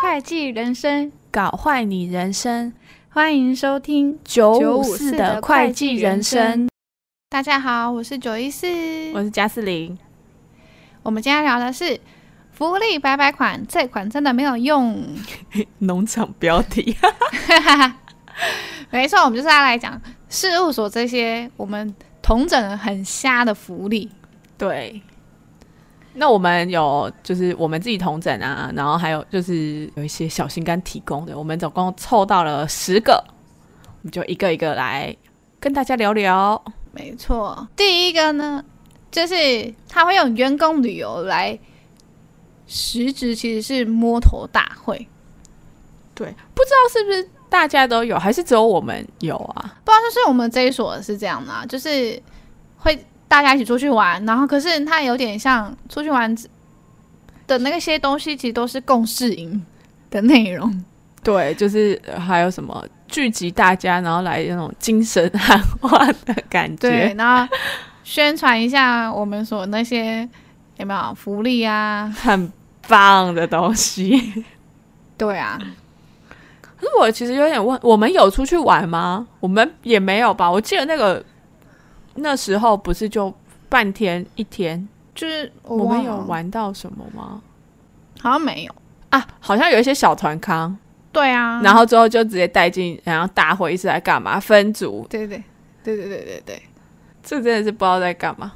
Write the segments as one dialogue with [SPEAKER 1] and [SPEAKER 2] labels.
[SPEAKER 1] 会计人生，
[SPEAKER 2] 搞坏你人生
[SPEAKER 1] 欢迎收听
[SPEAKER 2] 九五四
[SPEAKER 1] 4
[SPEAKER 2] 的会计人生。。
[SPEAKER 1] 大家好，我是九一四，
[SPEAKER 2] 我是加斯林，
[SPEAKER 1] 我们今天聊的是福利白白款，这款真的没有用。
[SPEAKER 2] 农场标题
[SPEAKER 1] 没错，我们就是要来讲事务所这些我们同整了很瞎的福利。
[SPEAKER 2] 对。那我们有就是我们自己同整啊，然后还有就是有一些小心肝提供的，我们总共凑到了十个，我们就一个一个来跟大家聊聊。
[SPEAKER 1] 没错，第一个呢，就是他会用员工旅游来，实质其实是摸头大会。
[SPEAKER 2] 对，不知道是不是大家都有，还是只有我们有啊？
[SPEAKER 1] 不知道，就是我们这一所是这样的、啊，就是会大家一起出去玩，然后可是它有点像出去玩的那些东西，其实都是共事营的内容。
[SPEAKER 2] 对，就是呃还有什么聚集大家，然后来那种精神喊话的感觉。
[SPEAKER 1] 对，然后宣传一下我们所那些有没有福利啊？
[SPEAKER 2] 很棒的东西。
[SPEAKER 1] 对啊，
[SPEAKER 2] 可是我其实有点问，我们有出去玩吗？我们也没有吧？我记得那个那时候不是就半天一天，
[SPEAKER 1] 就是我
[SPEAKER 2] 我们
[SPEAKER 1] 忘
[SPEAKER 2] 有
[SPEAKER 1] 了，
[SPEAKER 2] 玩到什么吗？
[SPEAKER 1] 好像没有。
[SPEAKER 2] 啊，好像有一些小团康，
[SPEAKER 1] 对啊，
[SPEAKER 2] 然后之后就直接带进，然后大会议是来干嘛？分组，
[SPEAKER 1] 对对对对对对对，
[SPEAKER 2] 这真的是不知道在干嘛。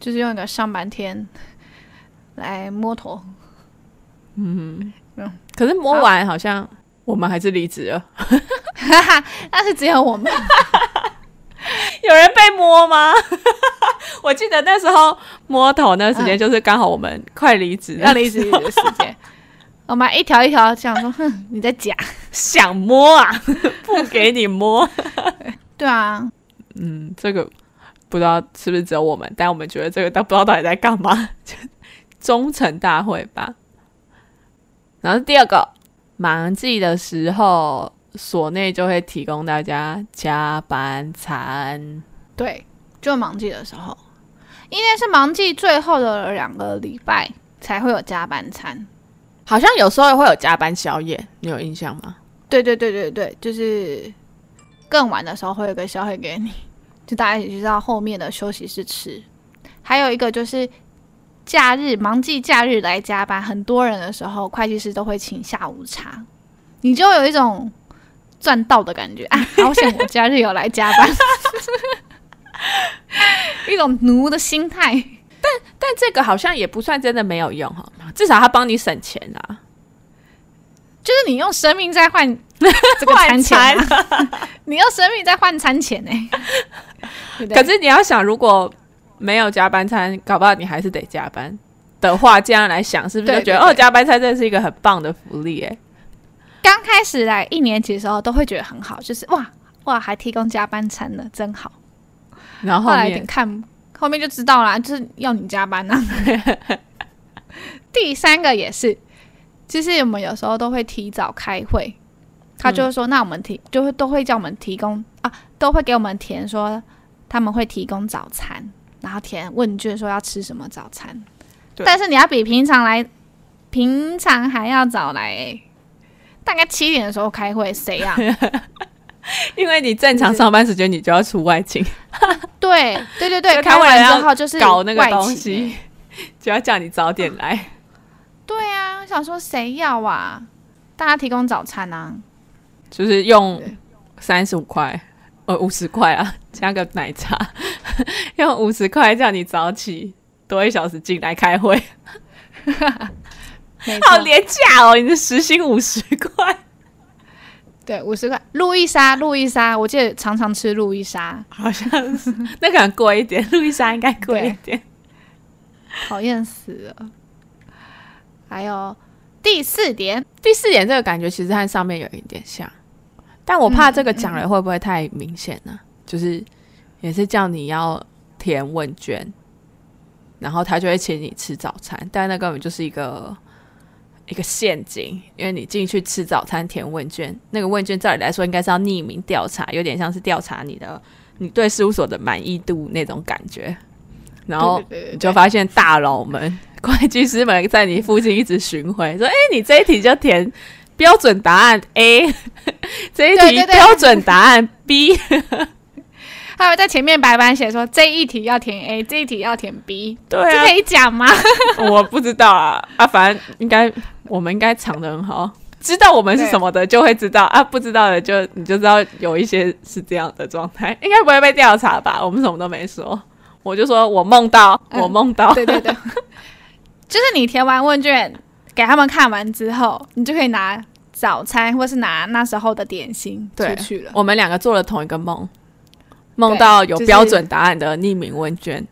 [SPEAKER 1] 就是用一个上半天来摸头。
[SPEAKER 2] 可是摸完好像我们还是离职了，
[SPEAKER 1] 哈哈，但是只有我们，
[SPEAKER 2] 有人被摸吗？ 我记得那时候摸头那时间就是刚好我们快啊离 职了
[SPEAKER 1] 要离职的时间。 我们一条一条讲说，哼，你在假。
[SPEAKER 2] 想摸啊， 不给你摸。
[SPEAKER 1] 对啊，
[SPEAKER 2] 嗯，这个不知道是不是只有我们，但我们觉得这个都不知道到底在干嘛，就忠诚大会吧。然后第二个，忙季的时候，所内就会提供大家加班餐。
[SPEAKER 1] 对，就忙季的时候，应该是忙季最后的两个礼拜才会有加班餐。
[SPEAKER 2] 好像有时候会有加班宵夜，你有印象吗？
[SPEAKER 1] 对对对对对，就是更晚的时候会有个消费给你，就大家一起去到后面的休息室吃。还有一个就是假日忙季假日来加班，很多人的时候，会计师都会请下午茶，你就有一种赚到的感觉啊！好险我假日有来加班， 一种奴的心态。
[SPEAKER 2] 但这个好像也不算真的没有用哈，至少他帮你省钱 啊。
[SPEAKER 1] 就是你用生命在换这个餐钱啊、你用生命在换餐钱呢、 对不对
[SPEAKER 2] 可是你要想，如果没有加班餐，搞不好你还是得加班的话，这样来想，是不是就
[SPEAKER 1] 对
[SPEAKER 2] 觉得
[SPEAKER 1] 对对
[SPEAKER 2] 哦，加班餐真的是一个很棒的福利？哎，
[SPEAKER 1] 刚开始来一年级的时候都会觉得很好，就是哇哇还提供加班餐呢，真好。
[SPEAKER 2] 然后
[SPEAKER 1] 后
[SPEAKER 2] 后
[SPEAKER 1] 来有点
[SPEAKER 2] 面
[SPEAKER 1] 看，后面就知道啦，就是要你加班啊。 第三个也是，就是我们有时候都会提早开会，他就会说，那我们提就会都会叫我们提供啊，都会给我们填说他们会提供早餐，然后填问卷说要吃什么早餐。
[SPEAKER 2] 对
[SPEAKER 1] 但是你要比平常来，平常还要早来、欸，大概七点的时候开会，谁啊 呀、
[SPEAKER 2] 因为你正常上班时间，你就要出外 勤
[SPEAKER 1] 对对对对，
[SPEAKER 2] 就
[SPEAKER 1] 开
[SPEAKER 2] 他为了
[SPEAKER 1] 完
[SPEAKER 2] 要
[SPEAKER 1] 之后就是
[SPEAKER 2] 搞那个
[SPEAKER 1] 外
[SPEAKER 2] 东
[SPEAKER 1] 勤欸
[SPEAKER 2] 西，就要叫你早点来。
[SPEAKER 1] 对啊，我想说谁要啊？大家提供早餐啊？
[SPEAKER 2] 就是用
[SPEAKER 1] 对
[SPEAKER 2] 三十五块，呃五十块啊，加个奶茶， 用五十块叫你早起多一小时进来开会，
[SPEAKER 1] 没
[SPEAKER 2] 好
[SPEAKER 1] 错，
[SPEAKER 2] 廉价哦！你的时薪五十块，
[SPEAKER 1] 对，五十块。路易莎，路易莎，我记得常常吃路易莎，
[SPEAKER 2] 好像是那可能贵一点，路易莎应该贵一点。
[SPEAKER 1] 讨厌死了。还有第四点，
[SPEAKER 2] 第四点这个感觉其实和上面有一点像，但我怕这个讲了会不会太明显呢、就是也是叫你要填问卷，然后他就会请你吃早餐，但那根本就是一个一个陷阱，因为你进去吃早餐填问卷，那个问卷照理来说应该是要匿名调查，有点像是调查你的你对事务所的满意度那种感觉。然后
[SPEAKER 1] 对对对对
[SPEAKER 2] 你就发现大佬们、 会计师们在你附近一直巡回，说：“哎、你这一题就填标准答案 A，这一
[SPEAKER 1] 对
[SPEAKER 2] 题
[SPEAKER 1] 对对
[SPEAKER 2] 标准答案 B。
[SPEAKER 1] 还有在前面白板写说这一题要填 A，这一题要填 B，
[SPEAKER 2] 对
[SPEAKER 1] 这
[SPEAKER 2] 啊
[SPEAKER 1] 可，以讲吗？
[SPEAKER 2] 我不知道啊，啊，反正应该我们应该藏得很好，知道我们是什么的就会知道啊，不知道的就你就知道有一些是这样的状态，应该不会被调查吧？我们什么都没说，我就说我梦到，
[SPEAKER 1] 嗯
[SPEAKER 2] 我梦 到，
[SPEAKER 1] 对对对， 就是你填完问卷给他们看完之后，你就可以拿早餐或是拿那时候的点心出
[SPEAKER 2] 对
[SPEAKER 1] 去了。
[SPEAKER 2] 我们两个做了同一个梦，梦到有标准答案的匿名问卷，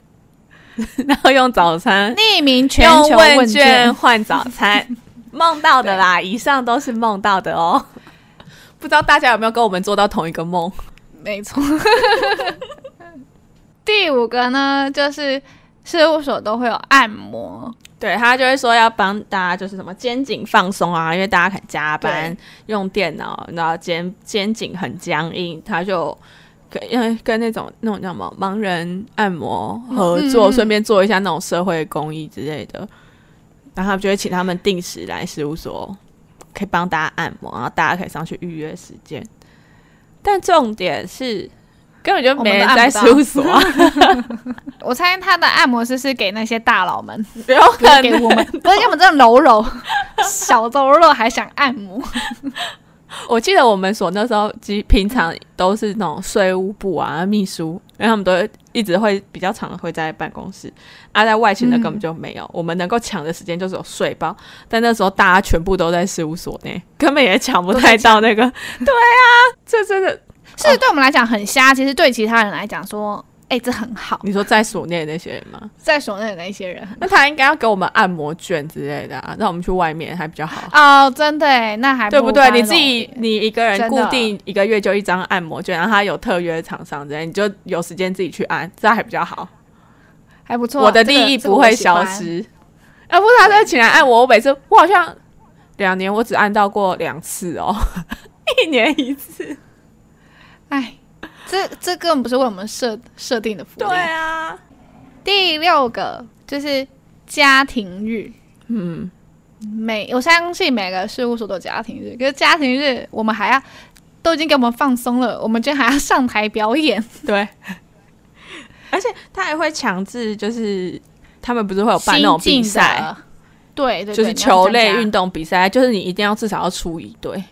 [SPEAKER 2] 然后用早 餐
[SPEAKER 1] 匿名全
[SPEAKER 2] 用
[SPEAKER 1] 球
[SPEAKER 2] 问
[SPEAKER 1] 卷
[SPEAKER 2] 卷，换早餐， 梦到的啦，以上都是梦到的哦。 不知道大家有没有跟我们做到同一个梦？
[SPEAKER 1] 没错。 第五个呢，就是事务所都会有按摩，
[SPEAKER 2] 对他就会说要帮大家就是什么肩颈放松啊，因为大家可能加班用电脑，然后肩肩颈很僵硬，他就跟因为跟那种那种叫什么盲人按摩合
[SPEAKER 1] 嗯嗯
[SPEAKER 2] 作，
[SPEAKER 1] 嗯
[SPEAKER 2] 顺、便做一下那种社会公益之类的，然后他们就会请他们定时来事务所，可以帮大家按摩，然后大家可以上去预约时间。但重点是根本就没人
[SPEAKER 1] 我们都
[SPEAKER 2] 在
[SPEAKER 1] 按不到
[SPEAKER 2] 事务所、啊，
[SPEAKER 1] 我猜他的按摩师是给那些大佬们，
[SPEAKER 2] 有
[SPEAKER 1] 不是
[SPEAKER 2] 可
[SPEAKER 1] 给
[SPEAKER 2] 能
[SPEAKER 1] 我 们，不是给我们这种柔柔小柔柔还想按摩，
[SPEAKER 2] 我记得我们所那时候，其实平常都是那种税务部啊、秘书，因为他们都会一直会比较常会在办公室，啊，在外勤的根本就没有。我们能够抢的时间就是有税报，但那时候大家全部都在事务所内，根本也抢不太到那个。 对啊，这真的，
[SPEAKER 1] 是对我们来讲很瞎，其实对其他人来讲说，哎、这很好，
[SPEAKER 2] 你说在所内那些人吗？
[SPEAKER 1] 在所内的那些人很
[SPEAKER 2] 那他应该要给我们按摩券之类的啊，让我们去外面还比较好。
[SPEAKER 1] 哦，真的耶，那还
[SPEAKER 2] 对不对？
[SPEAKER 1] 如
[SPEAKER 2] 你自己你一个人
[SPEAKER 1] 真
[SPEAKER 2] 固
[SPEAKER 1] 的
[SPEAKER 2] 定一个月就一张按摩券，然后他有特约厂商之类，你就有时间自己去按，这样还比较好。
[SPEAKER 1] 还不错，
[SPEAKER 2] 我的
[SPEAKER 1] 这个
[SPEAKER 2] 利益
[SPEAKER 1] 这个
[SPEAKER 2] 不
[SPEAKER 1] 我
[SPEAKER 2] 会
[SPEAKER 1] 喜欢
[SPEAKER 2] 消失。啊，不是，他在请来按我，我每次我好像两年我只按到过两次哦， 一年一次。
[SPEAKER 1] 哎，这这根本不是为我们设设定的福利。
[SPEAKER 2] 啊，
[SPEAKER 1] 第六个就是家庭日，
[SPEAKER 2] 嗯，
[SPEAKER 1] 每我相信每个事务所都有家庭日，可是家庭日我们还要都已经给我们放松了，我们居然还要上台表演，
[SPEAKER 2] 对。而且他还会强制，就是他们不是会有哦办那种
[SPEAKER 1] 新进
[SPEAKER 2] 比
[SPEAKER 1] 的
[SPEAKER 2] 赛，，
[SPEAKER 1] 对对，
[SPEAKER 2] 就
[SPEAKER 1] 对
[SPEAKER 2] 是球类
[SPEAKER 1] 你
[SPEAKER 2] 运。
[SPEAKER 1] 要去参加
[SPEAKER 2] 动比赛，就是你一定要至少要出一队。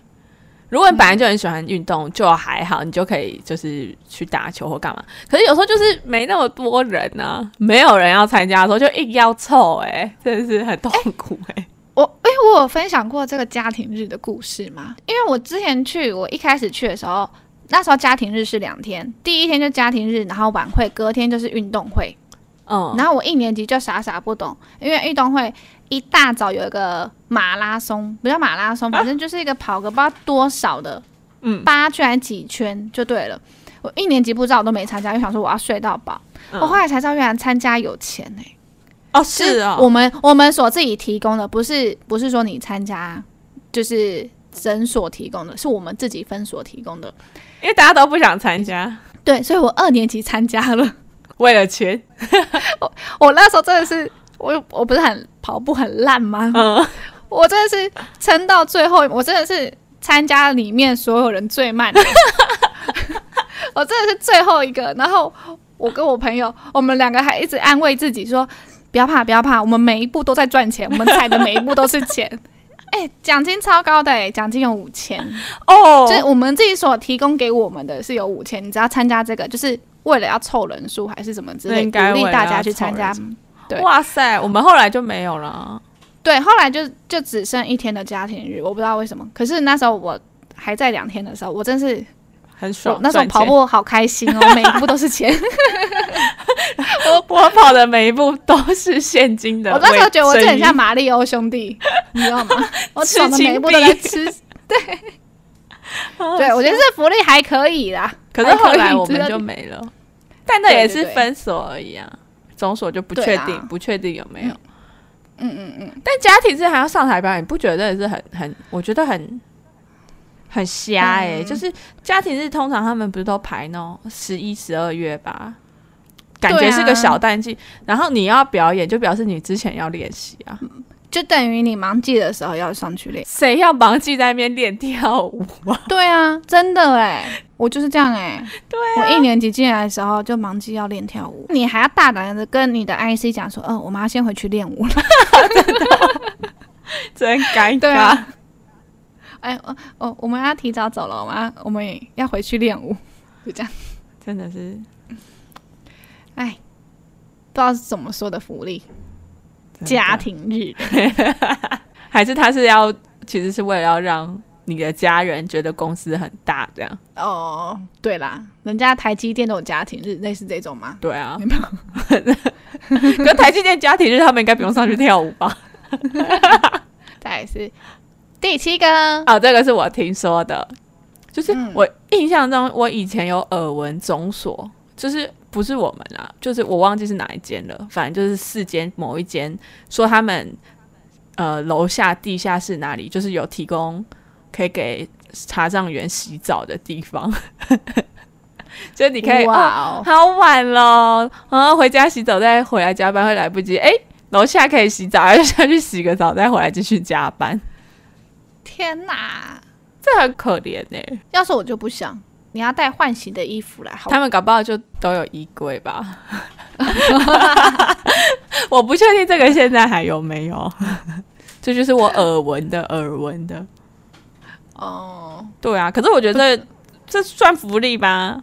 [SPEAKER 2] 如果你
[SPEAKER 1] 嗯
[SPEAKER 2] 本来就很喜欢运动，就还好，你就可以就是去打球或干嘛。可是有时候就是没那么多人啊，没有人要参加的时候，就硬要凑、哎，真的是很痛苦哎、
[SPEAKER 1] 我哎、我有分享过这个家庭日的故事吗？因为我之前去，我一开始去的时候，那时候家庭日是两天，第一天就家庭日，然后晚会，隔天就是运动会。
[SPEAKER 2] 嗯，
[SPEAKER 1] 然后我一年级就傻傻不懂，因为运动会一大早有一个马拉松，不叫马拉松，反正就是一个跑个不知道多少的，
[SPEAKER 2] 嗯
[SPEAKER 1] 八圈还几圈就对了。我一年级不知道，我都没参加，就想说我要睡到饱。
[SPEAKER 2] 嗯
[SPEAKER 1] 我后来才知道，原来参加有钱呢、
[SPEAKER 2] 哦
[SPEAKER 1] 就是
[SPEAKER 2] 哦，
[SPEAKER 1] 我们我们所自己提供的，不是不是说你参加，就是诊所提供的，是我们自己分所提供的。
[SPEAKER 2] 因为大家都不想参加，
[SPEAKER 1] 对，所以我二年级参加了。
[SPEAKER 2] 为了钱，
[SPEAKER 1] 我那时候真的是，我我不是很跑步很烂吗？
[SPEAKER 2] 嗯，
[SPEAKER 1] 我真的是撑到最后，我真的是参加里面所有人最 慢的，我真的是最后一个。然后我跟我朋友，我们两个还一直安慰自己说：“不要怕，不要怕，我们每一步都在赚钱，我们踩的每一步都是 钱。”哎、奖金超高的哎、奖金有五千，
[SPEAKER 2] 哦
[SPEAKER 1] 就是我们自己所提供给我们的是有五千，你只要参加这个，就是为了要凑人数还是什么之
[SPEAKER 2] 那
[SPEAKER 1] 类，
[SPEAKER 2] 应
[SPEAKER 1] 鼓
[SPEAKER 2] 该
[SPEAKER 1] 励
[SPEAKER 2] 为了
[SPEAKER 1] 大
[SPEAKER 2] 要
[SPEAKER 1] 家去
[SPEAKER 2] 凑
[SPEAKER 1] 参加
[SPEAKER 2] 人。
[SPEAKER 1] 对
[SPEAKER 2] 哇塞，我们后来就没有了。
[SPEAKER 1] 对，后来就就只剩一天的家庭日，我不知道为什么。可是那时候我还在两天的时候，我真是
[SPEAKER 2] 很爽
[SPEAKER 1] 我，那时候
[SPEAKER 2] 赚钱
[SPEAKER 1] 跑，步好开心 哦，每一步都是钱。
[SPEAKER 2] 我我跑的每一步都是现金的。
[SPEAKER 1] 我那时候觉得我
[SPEAKER 2] 这
[SPEAKER 1] 这很像马里奥兄弟，你知 道吗？我
[SPEAKER 2] 吃
[SPEAKER 1] 走的每一
[SPEAKER 2] 金
[SPEAKER 1] 步都在
[SPEAKER 2] 币
[SPEAKER 1] 吃。对，我觉得这福利还可以啦。
[SPEAKER 2] 可是后来我
[SPEAKER 1] 还可以
[SPEAKER 2] 们
[SPEAKER 1] 值得
[SPEAKER 2] 就没了， 但那
[SPEAKER 1] 对
[SPEAKER 2] 也
[SPEAKER 1] 对
[SPEAKER 2] 是
[SPEAKER 1] 对
[SPEAKER 2] 分所而已啊，总所就不
[SPEAKER 1] 对
[SPEAKER 2] 确
[SPEAKER 1] 啦
[SPEAKER 2] 定，不确定有没有。
[SPEAKER 1] 嗯嗯嗯，
[SPEAKER 2] 但家庭是还要上台表演，你不觉得是很很？我觉得很很瞎欸哎、就是家庭日通常他们不是都排那种十一、十二月吧？感
[SPEAKER 1] 对
[SPEAKER 2] 觉
[SPEAKER 1] 啊
[SPEAKER 2] 是个小淡季，然后你要表演，就表示你之前要练习啊。
[SPEAKER 1] 就等于你忙季的时候要上去练。
[SPEAKER 2] 谁要忙记在那边练跳舞啊？
[SPEAKER 1] 对啊，真的哎，我就是这样哎。对、
[SPEAKER 2] 啊
[SPEAKER 1] 我一年级进来的时候就忙季要练跳舞，你还要大胆的跟你的 IC 讲说，嗯、我们要先回去练舞了。
[SPEAKER 2] 真尴尬。
[SPEAKER 1] 对啊。哎，我我我们要提早走了，我们要我们也要回去练舞，就这样。
[SPEAKER 2] 真的是，
[SPEAKER 1] 哎，不知道是怎么说的福利，
[SPEAKER 2] 真的
[SPEAKER 1] 家庭日。
[SPEAKER 2] 还是他是要，其实是为了要让你的家人觉得公司很大，这样。
[SPEAKER 1] 哦，对啦，人家台积电都有家庭日，类似这种吗？
[SPEAKER 2] 对啊
[SPEAKER 1] 没，有，
[SPEAKER 2] 跟台积电家庭日，他们应该不用上去跳舞吧？
[SPEAKER 1] 再来是第七 个，
[SPEAKER 2] 哦，这个是我听说的，就是
[SPEAKER 1] 嗯
[SPEAKER 2] 我印象中，我以前有耳闻总所，就是不是我们啊，就是我忘记是哪一间了，反正就是四间某一间，说他们呃楼下地下室哪里就是有提供可以给查账员洗澡的地方， 就是你可以哦，
[SPEAKER 1] 哇哦，
[SPEAKER 2] 好晚咯，然后回家洗澡再回来加班会来不及，哎，楼下可以洗澡，还是下去洗个澡再回来继续加班，
[SPEAKER 1] 天哪！
[SPEAKER 2] 这很可怜哎、
[SPEAKER 1] 要是我就不想，你要带换洗的衣服来，好
[SPEAKER 2] 他们搞不好就都有衣柜吧。 我不确定这个现在还有没有， 这就是我耳闻的耳闻的。
[SPEAKER 1] 哦，
[SPEAKER 2] 对啊，可是我觉得这算福利吧，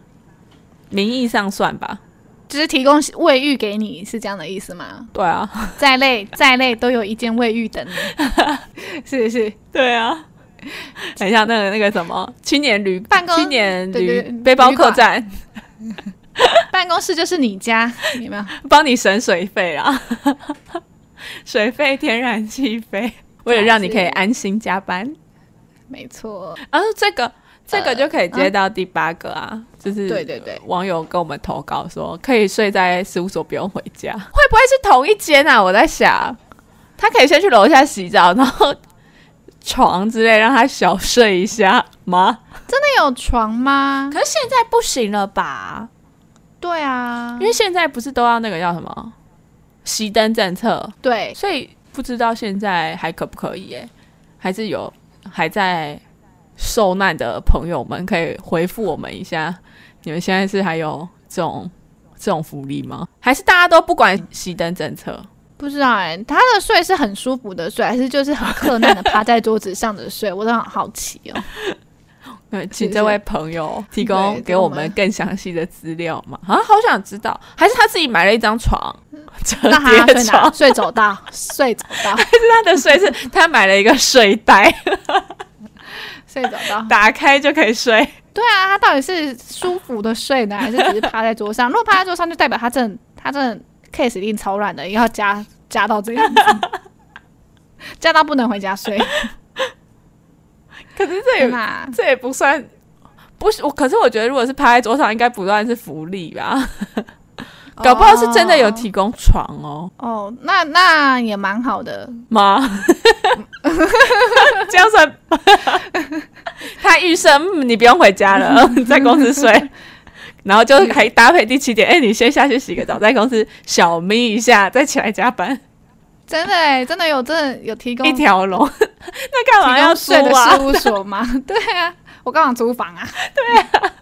[SPEAKER 2] 名义上算吧。
[SPEAKER 1] 就是提供卫浴给你，是这样的意思吗？
[SPEAKER 2] 对啊，
[SPEAKER 1] 再累再累都有一间卫浴等你， 是是，
[SPEAKER 2] 对啊，很像那个那个什么青年旅
[SPEAKER 1] 办公
[SPEAKER 2] 青年
[SPEAKER 1] 对
[SPEAKER 2] 旅
[SPEAKER 1] 对对
[SPEAKER 2] 背包
[SPEAKER 1] 旅
[SPEAKER 2] 客
[SPEAKER 1] 馆
[SPEAKER 2] 栈，
[SPEAKER 1] 办公室就是你家，有没有？
[SPEAKER 2] 帮你省水费啦， 水费、天然气 费，为了让你可以
[SPEAKER 1] 是
[SPEAKER 2] 安心加班。
[SPEAKER 1] 没错，
[SPEAKER 2] 然后啊这个这个就可以接到第八个呃啊，就是
[SPEAKER 1] 对对对
[SPEAKER 2] 网友跟我们投稿说可以睡在事务所不用回家，会不会是同一间啊？我在想，他可以先去楼下洗澡，然后床之类让他小睡一下吗？
[SPEAKER 1] 那有床吗？
[SPEAKER 2] 可是现在不行了吧？
[SPEAKER 1] 对啊
[SPEAKER 2] 因，为现在不是都要那个叫什么熄灯政策，
[SPEAKER 1] 对，
[SPEAKER 2] 所以不知道现在还可不可以、欸？还是有还在受难的朋友们可以回复我们一下，你们现在是还有这种这种福利吗？还是大家都不管熄灯政策？
[SPEAKER 1] 不知道哎、他的睡是很舒服的睡，还是就是很困难的趴在桌子上的睡？我都很好奇 哦。
[SPEAKER 2] 对，请这位朋友提供
[SPEAKER 1] 对
[SPEAKER 2] 给
[SPEAKER 1] 这个
[SPEAKER 2] 我
[SPEAKER 1] 我
[SPEAKER 2] 们
[SPEAKER 1] 们
[SPEAKER 2] 更详细的资料嘛？啊，好想知道，还是他自己买了一张床，折
[SPEAKER 1] 那他要
[SPEAKER 2] 叠
[SPEAKER 1] 睡哪？
[SPEAKER 2] 床？
[SPEAKER 1] 睡走道，睡走 道，
[SPEAKER 2] 他的睡是他买了一个睡袋，
[SPEAKER 1] 睡走道。
[SPEAKER 2] 打开就可以睡。
[SPEAKER 1] 对啊，他到底是舒服的睡呢，还是只是趴在桌上？如果趴在桌上，就代表他真的他真的 case 一定超烂的，要加加到这样子， 加到不能回家 睡。
[SPEAKER 2] 可是这也
[SPEAKER 1] 天哪，
[SPEAKER 2] 这也不算，不是我。可是我觉得，如果是趴在桌上，应该不算是福利吧？ 搞不好是真的有提供床哦，
[SPEAKER 1] 哦。哦，那那也蛮好的。
[SPEAKER 2] 妈，这样算他预设、嗯你不用回家了，你在公司睡。 然后就
[SPEAKER 1] 嗯
[SPEAKER 2] 还搭配第七点，哎、你先下去洗个澡，在公司小眯一下，再起来加班，
[SPEAKER 1] 真的哎、真的有真的有提供
[SPEAKER 2] 一条龙。 那干 嘛
[SPEAKER 1] 提
[SPEAKER 2] 要
[SPEAKER 1] 供
[SPEAKER 2] 租
[SPEAKER 1] 睡的
[SPEAKER 2] 啊
[SPEAKER 1] 事？务所 吗？对啊，我刚好租房啊。对啊，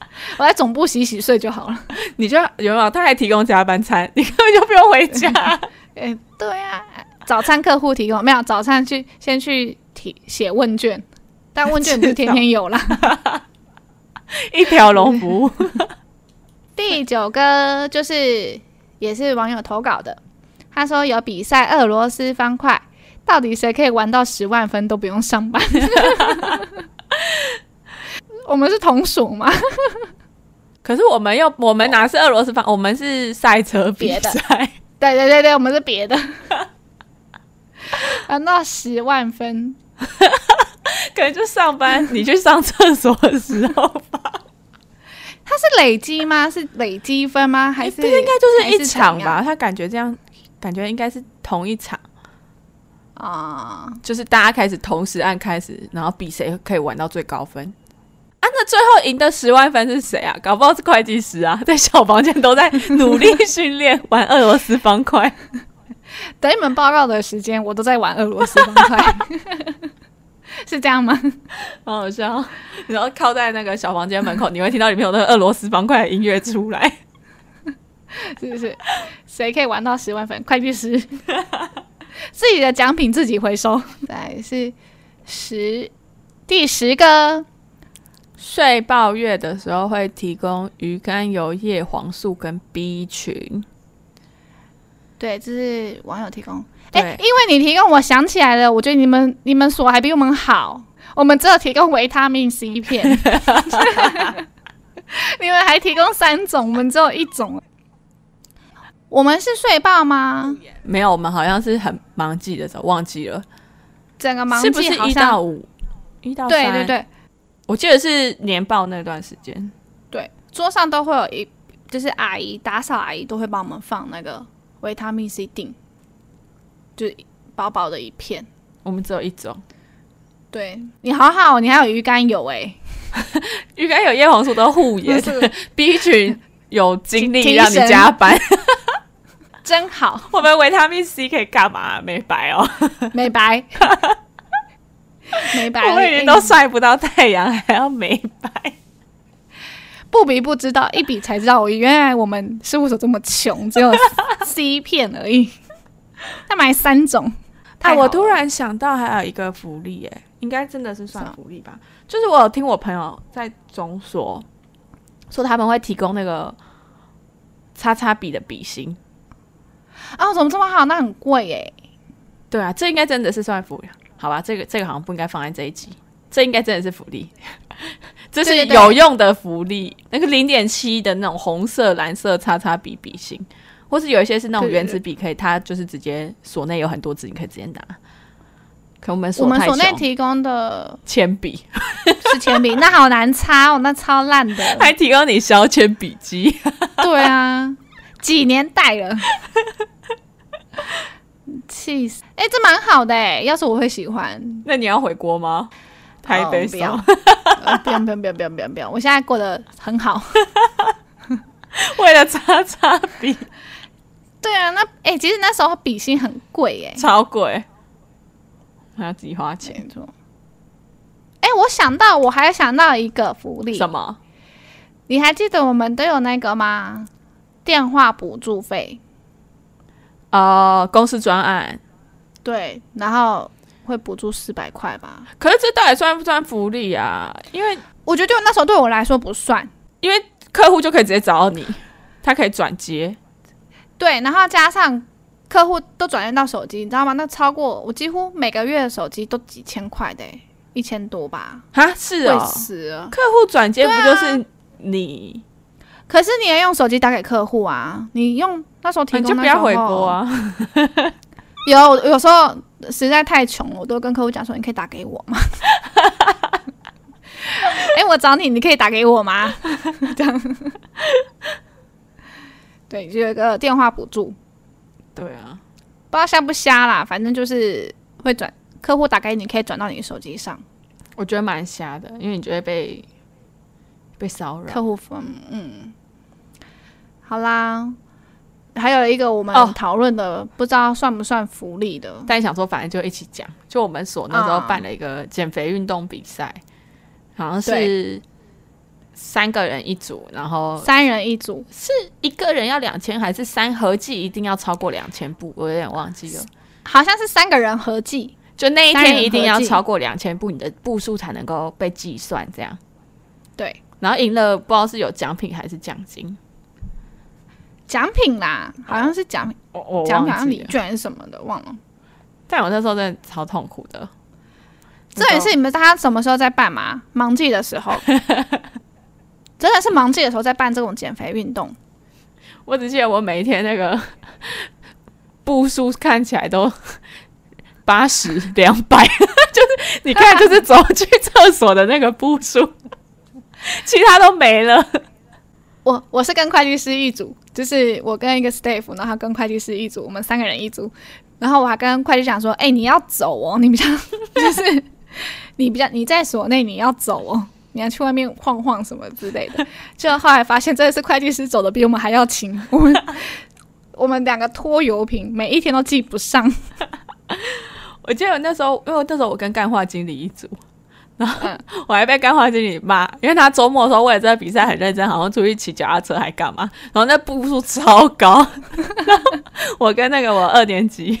[SPEAKER 1] 我在总部洗洗睡就好了。
[SPEAKER 2] 你就有没有？他还提供加班餐，你根本就不用回家。
[SPEAKER 1] 哎、对啊，早餐客户提供没有？早餐去先去提写问卷，但问卷不是天天有 啦。
[SPEAKER 2] 一条龙服务，
[SPEAKER 1] 第九个就是也是网友投稿的，他说有比赛俄罗斯方块，到底谁可以玩到十万分都不用上 班？我们是同属吗？
[SPEAKER 2] 可是我们又我们拿是俄罗斯方，我们是赛车比赛，
[SPEAKER 1] 对对对对，我们是别的。 啊，那十万分，
[SPEAKER 2] 可能就上班你去上厕所的时候吧，
[SPEAKER 1] 它是累积吗？是累积分吗？还是
[SPEAKER 2] 不是应该就是一场
[SPEAKER 1] 还
[SPEAKER 2] 吧？他感觉这样，感觉应该是同一场，
[SPEAKER 1] 是怎样？啊、
[SPEAKER 2] 就是大家开始同时按开始，然后比谁可以玩到最高分啊？那们最后赢的十万分是谁啊？搞不好是会计师啊，在小房间都在努力训练玩俄罗斯方块。
[SPEAKER 1] 等你们报告的时间，我都在玩俄罗斯方块， 是这样吗？
[SPEAKER 2] 好好笑哦！然后靠在那个小房间门口，你会听到里面有那个俄罗斯方块的音乐出来。
[SPEAKER 1] 是不是？谁可以玩到十万分？会计师，自己的奖品自己回 收。再来是十第十个，
[SPEAKER 2] 睡爆月的时候会提供鱼肝油、叶黄素跟 B 群。
[SPEAKER 1] 对，这是网友提供。哎、
[SPEAKER 2] 对
[SPEAKER 1] 因为你提供，我想起来了，我觉得你们你们所还比我们好，我们只有提供维他命 C 片， 你们还提供三种，我们只有一种。我们是睡爆吗？
[SPEAKER 2] 没有，我们好像是很忙季的时候忘记了，
[SPEAKER 1] 整个忙
[SPEAKER 2] 是不
[SPEAKER 1] 季
[SPEAKER 2] 是
[SPEAKER 1] 好
[SPEAKER 2] 一
[SPEAKER 1] 像
[SPEAKER 2] 到五？一到
[SPEAKER 1] 对
[SPEAKER 2] 三，
[SPEAKER 1] 对，对，
[SPEAKER 2] 我记得是年报那段时间。
[SPEAKER 1] 对，桌上都会有一，就是阿姨打扫阿姨都会帮我们放那个维他命 C 锭，就是薄薄的一片。
[SPEAKER 2] 我们只有一种，
[SPEAKER 1] 对你好好，你还有鱼肝油哎、
[SPEAKER 2] 鱼肝油、叶黄素都护眼 ，B 群有精力
[SPEAKER 1] 提
[SPEAKER 2] 让你
[SPEAKER 1] 神
[SPEAKER 2] 加班。
[SPEAKER 1] 真好，
[SPEAKER 2] 我们维他命 C 可以干嘛？美白哦，
[SPEAKER 1] 美 白，美白
[SPEAKER 2] 我
[SPEAKER 1] 而
[SPEAKER 2] 们
[SPEAKER 1] 已，
[SPEAKER 2] 已经
[SPEAKER 1] 哎
[SPEAKER 2] 都晒不到太阳，还要美白。
[SPEAKER 1] 不比不知道，一比才知道我原来我们事务所这么穷，只有 C 片而已，他买三种。太
[SPEAKER 2] 哎，
[SPEAKER 1] 好
[SPEAKER 2] 我
[SPEAKER 1] 了
[SPEAKER 2] 突然想到还有一个福利、哎，应该真的是算福利吧？就是我有听我朋友在总所说他们会提供那个叉叉笔的笔芯。
[SPEAKER 1] 哦，怎么这么好？那很贵哎、
[SPEAKER 2] 对啊，这应该真的是算福利，好吧？这个这个好像不应该放在这一集，这应该真的是福利， 这是
[SPEAKER 1] 对对对
[SPEAKER 2] 有用的福利。那个零点七的那种红色、蓝色叉叉笔笔芯，或是有一些是那种
[SPEAKER 1] 对对
[SPEAKER 2] 原子笔，可以它就是直接锁内有很多支，你可以直接拿。可我们
[SPEAKER 1] 我
[SPEAKER 2] 锁
[SPEAKER 1] 们
[SPEAKER 2] 太
[SPEAKER 1] 所内
[SPEAKER 2] 小
[SPEAKER 1] 提供的
[SPEAKER 2] 铅笔，
[SPEAKER 1] 是铅笔，那好难擦哦，那超烂的。
[SPEAKER 2] 还提供你削铅笔机，
[SPEAKER 1] 对啊，几年代了，气死！哎、这蛮好的哎、要是我会喜欢。
[SPEAKER 2] 那你要回国吗？台北
[SPEAKER 1] 哦不
[SPEAKER 2] 烧、
[SPEAKER 1] 要 呃不用不用不用不用不用不用，我现在过得很好。
[SPEAKER 2] 为了叉叉 笔
[SPEAKER 1] 对啊，那哎、其实那时候比心很贵哎、
[SPEAKER 2] 超贵，还要自己花钱。
[SPEAKER 1] 没错。哎、我想到，我还想到一个福利
[SPEAKER 2] 什，么？
[SPEAKER 1] 你还记得我们都有那个吗？电话补助费，
[SPEAKER 2] 呃，公司专案。
[SPEAKER 1] 对，然后会补助四百块吧。
[SPEAKER 2] 可是这到底算不算福利啊？因为
[SPEAKER 1] 我觉得对我那时候对我来说不算，
[SPEAKER 2] 因为客户就可以直接找到你，他可以转接。
[SPEAKER 1] 对，然后加上客户都转变到手机，你知道吗？那超过我几乎每个月的手机都几千块的欸、一千多吧，
[SPEAKER 2] 哈，是
[SPEAKER 1] 会
[SPEAKER 2] 哦，
[SPEAKER 1] 死了。
[SPEAKER 2] 客户转接不
[SPEAKER 1] 啊
[SPEAKER 2] 就是你，
[SPEAKER 1] 可是你也用手机打给客户啊，你用那时候提
[SPEAKER 2] 你
[SPEAKER 1] 供
[SPEAKER 2] 就
[SPEAKER 1] 那
[SPEAKER 2] 不
[SPEAKER 1] 时
[SPEAKER 2] 要
[SPEAKER 1] 候
[SPEAKER 2] 回国。啊？
[SPEAKER 1] 有有时候实在太穷了，我都跟客户讲说，你可以打给我吗？ 哎、我找你，你可以打给我吗？ 这样，对，就有一个电话补助。
[SPEAKER 2] 对啊，
[SPEAKER 1] 不知道瞎不瞎啦，反正就是会转客户打给你，可以转到你手机上。
[SPEAKER 2] 我觉得蛮瞎的，因为你就会被被骚扰。
[SPEAKER 1] 客户分，嗯，好啦，还有一个我们
[SPEAKER 2] 哦
[SPEAKER 1] 讨论的，不知道算不算福利的，
[SPEAKER 2] 但想说，反正就一起讲。就我们所那时候
[SPEAKER 1] 啊
[SPEAKER 2] 办了一个减肥运动比赛，好像是三个人一组，然后
[SPEAKER 1] 三人一组，
[SPEAKER 2] 一个人要两千，还是三合计一定要超过两千步，我有点忘记了。
[SPEAKER 1] 好像是三个人合计，
[SPEAKER 2] 就那一
[SPEAKER 1] 三人
[SPEAKER 2] 天一定
[SPEAKER 1] 合
[SPEAKER 2] 要
[SPEAKER 1] 计
[SPEAKER 2] 超过两千步，你的步数才能够被计算这样。
[SPEAKER 1] 对，
[SPEAKER 2] 然后赢了不知道是有奖品还是奖金，
[SPEAKER 1] 奖品啦，好像是奖品，
[SPEAKER 2] 我我
[SPEAKER 1] 奖品好像
[SPEAKER 2] 忘记
[SPEAKER 1] 礼
[SPEAKER 2] 了。
[SPEAKER 1] 券什么的，忘了。
[SPEAKER 2] 但我那时候真的超痛苦的。
[SPEAKER 1] 这也是你们大家什么时候在办嘛？忙季的时 候，真的是忙季的时候在办这种减肥运动。
[SPEAKER 2] 我只记得我每一天那个 步数看起来都八十、两百， 就是你看，就是走去厕所的那个步数，其他都没了。
[SPEAKER 1] 我我是跟会计师一组，就是我跟一个 staff，然后他跟会计师一组，我们三个人一组。然后我还跟会计讲 说：“哎、你要走哦，你比较就是你比较你在所内你要走哦。”你要去外面晃晃什么之类的。就后来发现，真的是会计师走的比我们还要勤，我们我们两个拖油瓶，每一天都记不上。
[SPEAKER 2] 我记得我那时候，因为那时候我跟干化经理一组，然后 我还被干化经理骂，因为他周末的时候为了这个比赛很认真，好像出去骑脚踏车还干嘛，然后那步数超高。 然后我跟那个我二年级，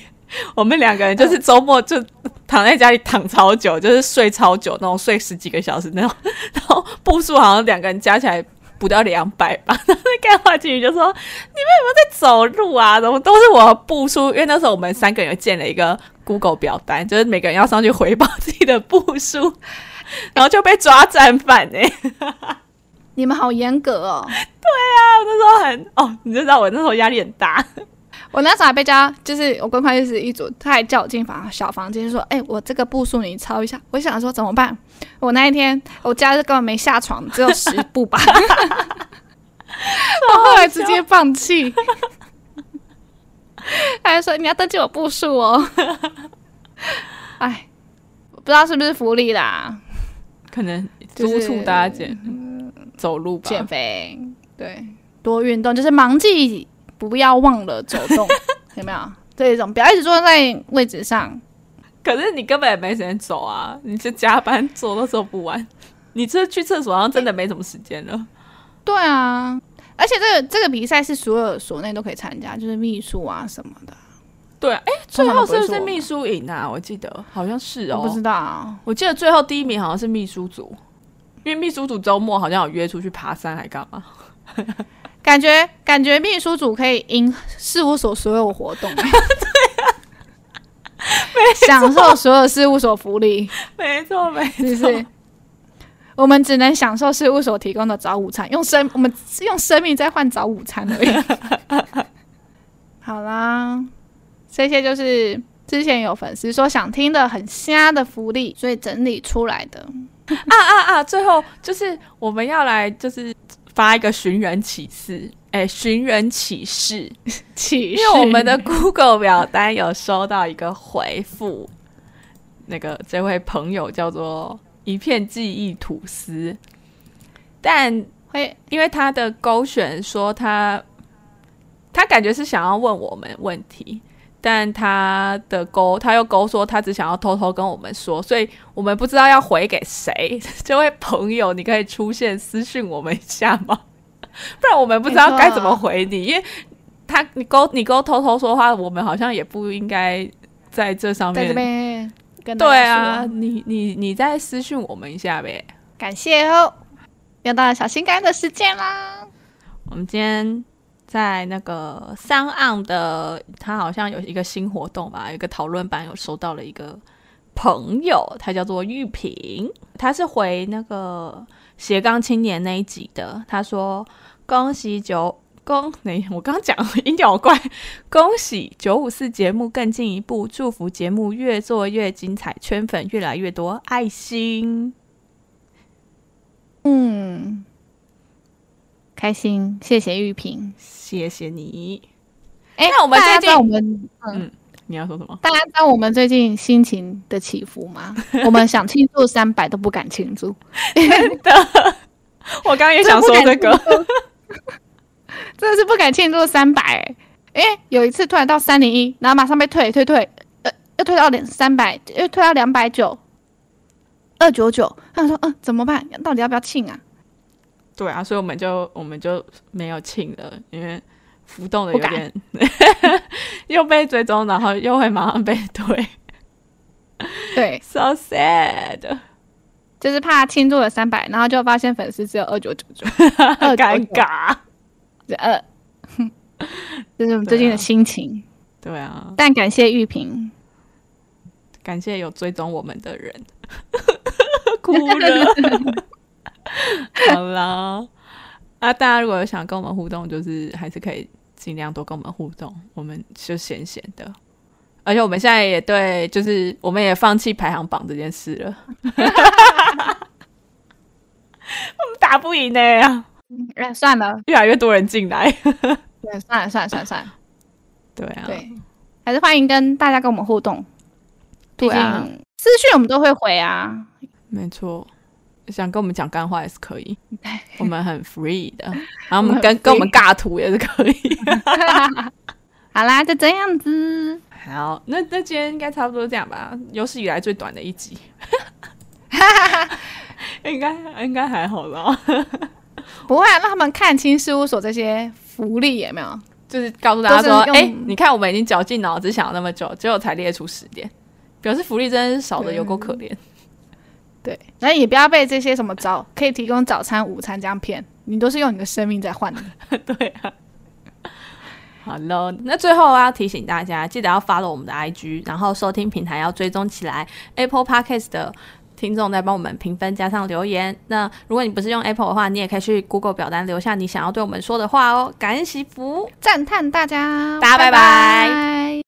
[SPEAKER 2] 我们两个人就是周末就躺在家里躺超久，就是睡超久那种，睡十几个小时那种，然后步数好像两个人加起来。不到两百吧， 然后那干话经理就说：“你们有没有在走路啊？怎么都是我的步数？因为那时候我们三个人有建了一个 Google 表单，就是每个人要上去回报自己的步数， 然后就被抓战犯哎、欸！
[SPEAKER 1] 你们好严格哦！
[SPEAKER 2] 啊，我那时候很哦，你知道我那时候压力很大，
[SPEAKER 1] 我那时候还被叫，就是我跟会计师一组，他还叫我进房小房间，就说：“哎、我这个步数你抄一下。”我想说怎么办？我那一天我家是根本没下床，只有十步吧。我后来直接放弃。他还说：“你要登记我步数哦。” 哎，不知道是不是福利啦，
[SPEAKER 2] 可能
[SPEAKER 1] 就是
[SPEAKER 2] 督促大家减、嗯走路吧。
[SPEAKER 1] 减肥对，多运动，就是忙记不要忘了走动，有没有？这一种不要一直坐在位置上。
[SPEAKER 2] 可是你根本也没时间走啊，你这加班做都做不完，你这去厕所好像真的没什么时间了。
[SPEAKER 1] 对啊，而且这个这个比赛是所有所内都可以参加，就是秘书啊什么的。
[SPEAKER 2] 对、啊，哎、
[SPEAKER 1] 通
[SPEAKER 2] 最
[SPEAKER 1] 常
[SPEAKER 2] 后
[SPEAKER 1] 都不
[SPEAKER 2] 是
[SPEAKER 1] 会
[SPEAKER 2] 不
[SPEAKER 1] 做
[SPEAKER 2] 是秘书赢啊？我记得好像是哦，
[SPEAKER 1] 我不知道，
[SPEAKER 2] 我记得最后第一名好像是秘书组，因为秘书组周末好像有约出去爬山，还干嘛？
[SPEAKER 1] 感觉感觉秘书组可以赢事务所所有活
[SPEAKER 2] 啊
[SPEAKER 1] 动、 享受所有事务所福利，
[SPEAKER 2] 没错， 没
[SPEAKER 1] 是不是？我们只能享受事务所提供的早午餐，用生我们是用生命在换早午餐而已。 好啦，这些就是之前有粉丝说想听的很瞎的福利，所以整理出来的。
[SPEAKER 2] 啊啊啊！最后就是我们要来就是发一个寻人启事，哎、寻人启事，
[SPEAKER 1] 启
[SPEAKER 2] 因
[SPEAKER 1] 示，
[SPEAKER 2] 为我们的 Google 表单有收到一个回复，那个这位朋友叫做一片记忆吐司，但
[SPEAKER 1] 会
[SPEAKER 2] 因为他的勾选说他，他感觉是想要问我们问题，但他的勾他又勾说他只想要偷偷跟我们说，所以我们不知道要回给谁。 这位朋友，你可以出现私讯我们一下吗？ 不然我们不知道该怎么回你，因为他你勾你勾偷偷说话，我们好像也不应该在这上
[SPEAKER 1] 在这
[SPEAKER 2] 面。
[SPEAKER 1] 边跟大家
[SPEAKER 2] 对啊，
[SPEAKER 1] 说，
[SPEAKER 2] 你你你再私讯我们一下呗。
[SPEAKER 1] 感谢哦。又到了小心肝的时间啦，
[SPEAKER 2] 我们今天在那个三岸的，他好像有一个新活动吧，有一个讨论版有收到了一个朋友，他叫做玉萍，他是回那个斜杠青年那一集的，他说恭喜九。恭，没，我刚刚讲音调好怪。恭喜九五四节目更进一步，祝福节目越做越精彩，圈粉越来越多，爱心。
[SPEAKER 1] 嗯，开心，谢谢玉萍。
[SPEAKER 2] 谢谢你。
[SPEAKER 1] 哎、
[SPEAKER 2] 那我们
[SPEAKER 1] 大家
[SPEAKER 2] 最
[SPEAKER 1] 知
[SPEAKER 2] 近
[SPEAKER 1] 道我们
[SPEAKER 2] 你要说什么？
[SPEAKER 1] 大家知道我们最近心情的起伏 吗？我们想庆祝三百都不敢庆祝，
[SPEAKER 2] 我刚刚哎也想说这个。
[SPEAKER 1] 真的是不敢庆祝三百、欸。因为有一次突然到三零一，然后马上被退退退，呃，又退到两三百，又退到两百九，二九九。他说，嗯、怎么办？到底要不要庆 啊？
[SPEAKER 2] 对啊，所以我们就我们就没有请了，因为浮动的有点 又被追踪，然后又会马上被推
[SPEAKER 1] 对，
[SPEAKER 2] ，so sad，
[SPEAKER 1] 就是怕庆祝了三百，然后就发现粉丝只有二九九 九，二
[SPEAKER 2] 尴，尬。
[SPEAKER 1] 呃，这是我们最近的心情。
[SPEAKER 2] 对啊，
[SPEAKER 1] 但感谢玉萍，
[SPEAKER 2] 感谢有追踪我们的人， 哭了。 好啦，啊，大家如果有想跟我们互动，就是还是可以尽量多跟我们互动，我们就闲闲的。而且我们现在也对，就是我们也放弃排行榜这件事了。 我们打不赢呢、
[SPEAKER 1] 哎，算了，
[SPEAKER 2] 越来越多人进来。
[SPEAKER 1] 对，算了，算了，算了，算了，
[SPEAKER 2] 对啊，
[SPEAKER 1] 对，还是欢迎跟大家跟我们互动。毕
[SPEAKER 2] 对啊
[SPEAKER 1] 竟私讯我们都会回啊，
[SPEAKER 2] 没错。想跟我们讲干话也是可以，
[SPEAKER 1] 对
[SPEAKER 2] 我们很 free 的。然后我们
[SPEAKER 1] 我们
[SPEAKER 2] 跟
[SPEAKER 1] 很
[SPEAKER 2] 跟我们尬图也是可以。
[SPEAKER 1] 好啦，就这样子。
[SPEAKER 2] 好，那那今天应该差不多这样吧，有史以来最短的一集， 应该应该还好啦，
[SPEAKER 1] 不会、啊、让他们看清事务所这些福利有没有？
[SPEAKER 2] 就是告诉大家说，
[SPEAKER 1] 都是用
[SPEAKER 2] 哎、你看我们已经绞尽脑汁想了那么久，结果才列出十点，表示福利真的是少的有够可怜。
[SPEAKER 1] 对，然后也不要被这些什么早可以提供早餐、午餐这样骗，你都是用你的生命在换的。
[SPEAKER 2] 对啊。好喽，那最后要提醒大家，记得要 follow 我们的 IG，然后收听平台要追踪起来。Apple Podcast 的听众在帮我们评分加上留言。那如果你不是用 Apple 的话，你也可以去 Google 表单留下你想要对我们说的话哦。感恩惜福。
[SPEAKER 1] 赞叹大家，
[SPEAKER 2] 大家拜拜
[SPEAKER 1] 拜